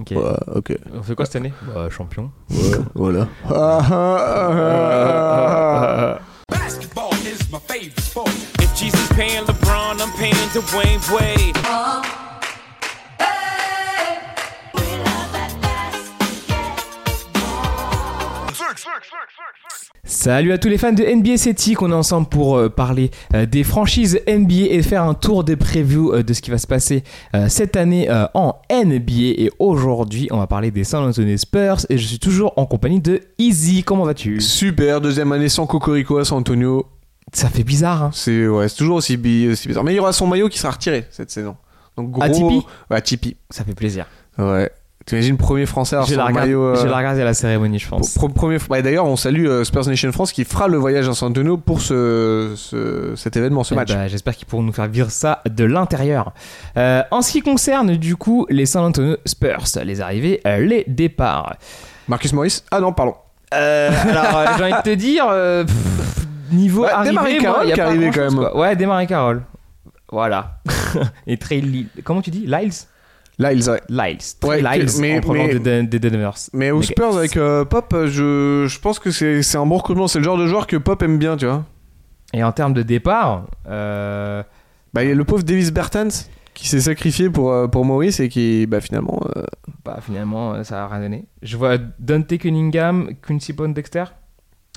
Ok. Ouais, ok. On fait quoi cette année bah, Champion. Ouais, voilà. Basketball is my favorite sport. If Jesus paying LeBron, I'm paying Dwayne Wade. Salut à tous les fans de NBA Celtic, on est ensemble pour euh, parler euh, des franchises NBA et faire un tour des previews euh, de ce qui va se passer euh, cette année euh, en NBA. Et aujourd'hui, on va parler des San Antonio Spurs et je suis toujours en compagnie de Easy. Comment vas-tu Super, deuxième année sans Cocorico à San Antonio. Ça fait bizarre, hein C'est ouais, c'est toujours aussi, bi- aussi bizarre. Mais il y aura son maillot qui sera retiré cette saison. Donc gros. À Tipeee Ouais, à Tipeee. Ça fait plaisir. Ouais. T'imagines premier français à Je avoir vais, la son regarder, maillot. euh, je vais la regarder à la cérémonie, je pense. pro- premier... bah, D'ailleurs, on salue euh, Spurs Nation France qui fera le voyage à San Antonio pour ce, ce- cet événement, ce Eh match. ben, J'espère qu'ils pourront nous faire vivre ça de l'intérieur. Euh, en ce qui concerne du coup les San Antonio Spurs, les arrivées, euh, les départs. Marcus Morris Ah non, pardon. Euh, alors euh, j'ai envie de te dire, euh, pff, niveau Bah, arrivée, Demaree moi, Carroll y a qui est pas arrivé grand-chose, quand même. quoi. Ouais, démarrer Carroll. Voilà. Et Trey Li- Comment tu dis Lyles Là, ils ouais. Lyles. Trey Ouais, que- Lyles mais- en provenant mais- des Den- des Denver. Mais aux Nuggets. Spurs avec euh, Pop, euh, je, je pense que c'est c'est un bon recrutement. C'est le genre de joueur que Pop aime bien, tu vois. Et en termes de départ, euh, Bah, il y a le pauvre Davis Bertans qui s'est sacrifié pour, euh, pour Maurice et qui, bah, finalement. euh, bah, finalement euh, ça a rien donné. Je vois Dante Cunningham, Quincy Pond Dexter.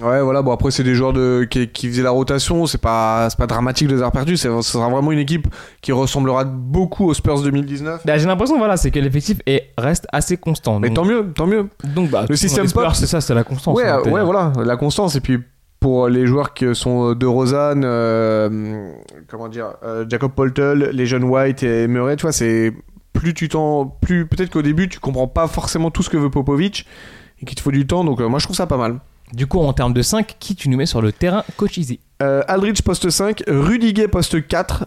Ouais, voilà. Bon, après, c'est des joueurs de, qui, qui faisaient la rotation. C'est pas, c'est pas dramatique de les avoir perdus. C'est- Ce sera vraiment une équipe qui ressemblera beaucoup aux Spurs 2019. Bah, j'ai l'impression voilà, c'est que l'effectif est- reste assez constant. Mais Donc- tant mieux, tant mieux. Donc bah, Le système les Spurs, pop- c'est ça, c'est la constance. hein, ouais, on va euh, te ouais, dire. voilà, la constance. Et puis pour les joueurs qui sont de Rosanne, euh, comment dire, euh, Jacob Poltel, les jeunes White et Murray, tu vois, c'est plus tu t'en, plus peut-être qu'au début tu comprends pas forcément tout ce que veut Popovic et qu'il te faut du temps. Donc euh, moi je trouve ça pas mal. Du coup, en termes de 5, qui tu nous mets sur le terrain Coach Easy. Euh, Aldridge poste 5, Rudiger poste 4,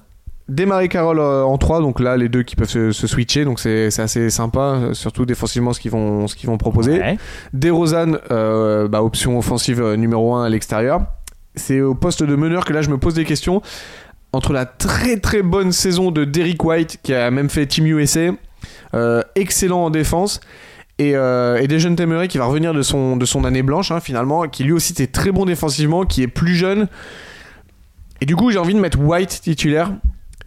Démarrer Carroll euh, en 3, donc là les deux qui peuvent se, se switcher, donc c'est c'est assez sympa, euh, surtout défensivement ce qu'ils vont, ce qu'ils vont proposer. Ouais. DeRozan, euh, bah, option offensive euh, numéro 1 à l'extérieur. C'est au poste de meneur que là je me pose des questions. Entre la très très bonne saison de Derrick White, qui a même fait Team USA, euh, excellent en défense, et, euh, et Dejan Temeray qui va revenir de son, de son année blanche hein, finalement, qui lui aussi était très bon défensivement, qui est plus jeune. Et du coup j'ai envie de mettre White titulaire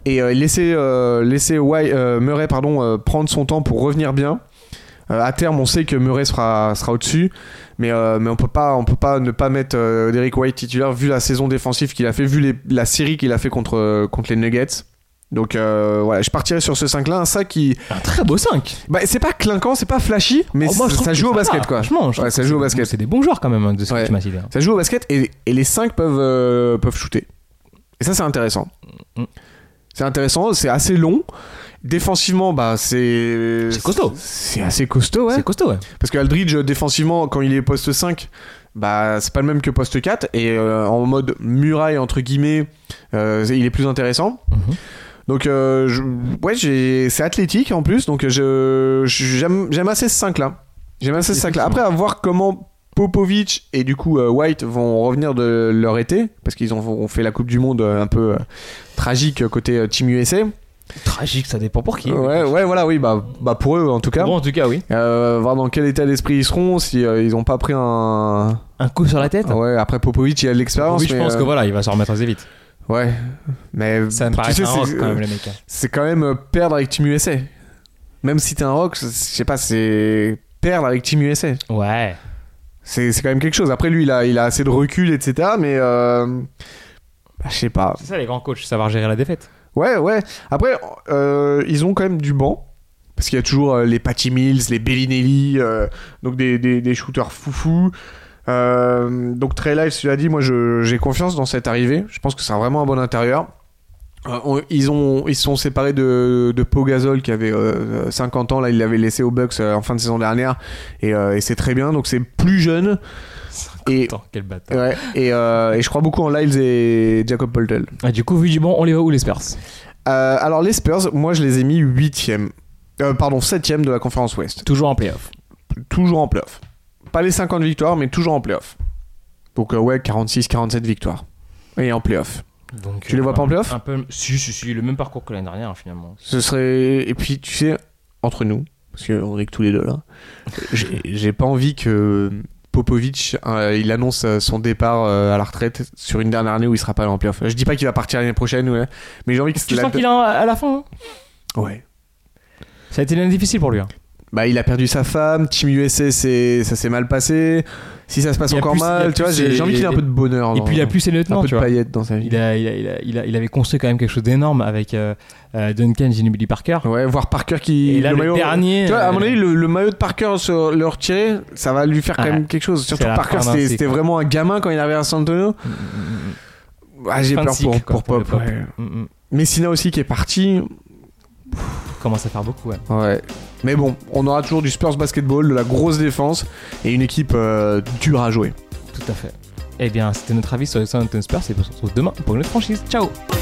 et euh, laisser, euh, laisser White, euh, Murray pardon, euh, prendre son temps pour revenir bien. Euh, à terme, on sait que Murray sera, sera au-dessus, mais, euh, mais on peut pas, on peut pas ne pas mettre euh, Derrick White titulaire vu la saison défensive qu'il a fait, vu les- la série qu'il a fait contre, euh, contre les Nuggets. Donc euh, voilà, je partirai sur ce 5 là, un 5 qui Un très beau Oh, 5. bah, c'est pas clinquant, c'est pas flashy, mais ça- ça joue au basket quoi. Franchement, je Ouais, trouve ça que joue au c'est- basket. C'est des bons joueurs quand même hein, de ce Ouais. que tu m'as cité. hein. Ça joue au basket et, et les 5 peuvent, euh, peuvent shooter. Et ça, c'est intéressant. Mm. C'est intéressant, c'est assez long. Défensivement, bah, c'est. C'est costaud. C'est assez costaud, ouais. C'est costaud, ouais. Parce que Aldridge, euh, défensivement, quand il est poste 5, bah, c'est pas le même que poste 4. Et euh, en mode muraille, entre guillemets, euh, il est plus intéressant. Mhm. Donc, euh, je- ouais, j'ai- c'est athlétique en plus. Donc, je- je- j'aime j'aime assez ce 5-là. J'aime assez ce 5-là. Après, à voir comment Popovic et du coup euh, White vont revenir de leur été. Parce qu'ils ont, ont fait la Coupe du Monde euh, un peu euh, tragique euh, côté euh, Team USA. Tragique, ça dépend pour qui. Ouais, ouais, voilà, oui, bah, bah pour eux en tout cas. Bon, en tout cas, oui. Euh, voir dans quel état d'esprit ils seront, si euh, ils ont pas pris un. Un coup sur la tête. Ouais, après Popovic, il a de l'expérience. oui, je mais, pense euh, que voilà, il va s'en remettre assez vite. Ouais. Mais Ça me tu paraît sais, un rock c'est- quand même, le mec. hein. c'est quand même euh, perdre avec Team USA. Même si t'es un rock, je sais pas, c'est perdre avec Team USA. Ouais. C'est c'est quand même quelque chose. Après, lui, il a, il a assez de recul, etc. Mais. euh, bah, je sais pas. C'est ça, les grands coachs, savoir gérer la défaite. Ouais, ouais. Après, euh, ils ont quand même du banc. Parce qu'il y a toujours euh, les Patty Mills, les Bellinelli, euh, donc des, des, des shooters foufous. Euh, donc très live, cela dit, moi je- j'ai confiance dans cette arrivée. Je pense que c'est vraiment un bon intérieur. Euh, on- ils ont ils se sont séparés de, de Pau Gasol qui avait euh, 50 ans là, il l'avait laissé aux Bucks euh, en fin de saison dernière et, euh, et c'est très bien. Donc c'est plus jeune et Attends, quel bâtard. ouais, et, euh, et je crois beaucoup en Lyles et Jacob Poltel. Ah, du coup, vu du bon, on les voit où les Spurs Euh, alors les Spurs, moi je les ai mis 8e. Euh, pardon, 7e de la conférence Ouest. Toujours en playoff. Toujours en playoff. Pas les 50 victoires, mais toujours en playoff. Donc euh, ouais, 46-47 victoires. Et en playoff. Donc, euh, Tu les vois pas en playoff Un peu. Si, si, si, le même parcours que l'année dernière, hein, finalement. Ce serait... Et puis tu sais, entre nous, parce qu'on est que tous les deux là, j'ai- j'ai pas envie que Popovic euh, il annonce euh, son départ euh, à la retraite sur une dernière année où il sera pas en playoff. Je dis pas qu'il va partir l'année prochaine, ouais, mais j'ai envie que Tu la- sens qu'il est en- à la fin. hein Ouais. Ça a été une année difficile pour lui. hein. Bah, il a perdu sa femme, Team USA, c'est- ça s'est mal passé. Si ça se passe Il y a encore plus- il y mal, a tu vois, plus j'ai les- j'ai envie qu'il ait un les- peu de bonheur. Et dans- puis il a plus ses Oh un lieutenants, peu tu de vois. paillettes dans sa vie. Il, a- il a- il a- il a- il avait construit quand même quelque chose d'énorme avec euh, euh, Duncan, Ginny Billy Parker. Ouais, voir Parker qui. Et là, le, maillot- dernier. Tu vois, à mon euh, avis, le, le maillot de Parker sur le retiré, ça va lui faire quand Ouais. même quelque chose. Surtout Ah, la Parker, fin d'un c'était cycle. Mm, c'était vraiment un gamin quand il arrivait à San Antonio. Ah, j'ai fin de peur pour, cycle, quoi, pour pour le Pop. ouais. Mm, mm. Messina aussi qui est parti. Commence à faire beaucoup, ouais. Ouais. Mais bon, on aura toujours du Spurs basketball, de la grosse défense et une équipe euh, dure à jouer. Tout à fait. Eh bien, c'était notre avis sur les San Antonio Spurs et on se retrouve demain pour une autre franchise. Ciao! Boom,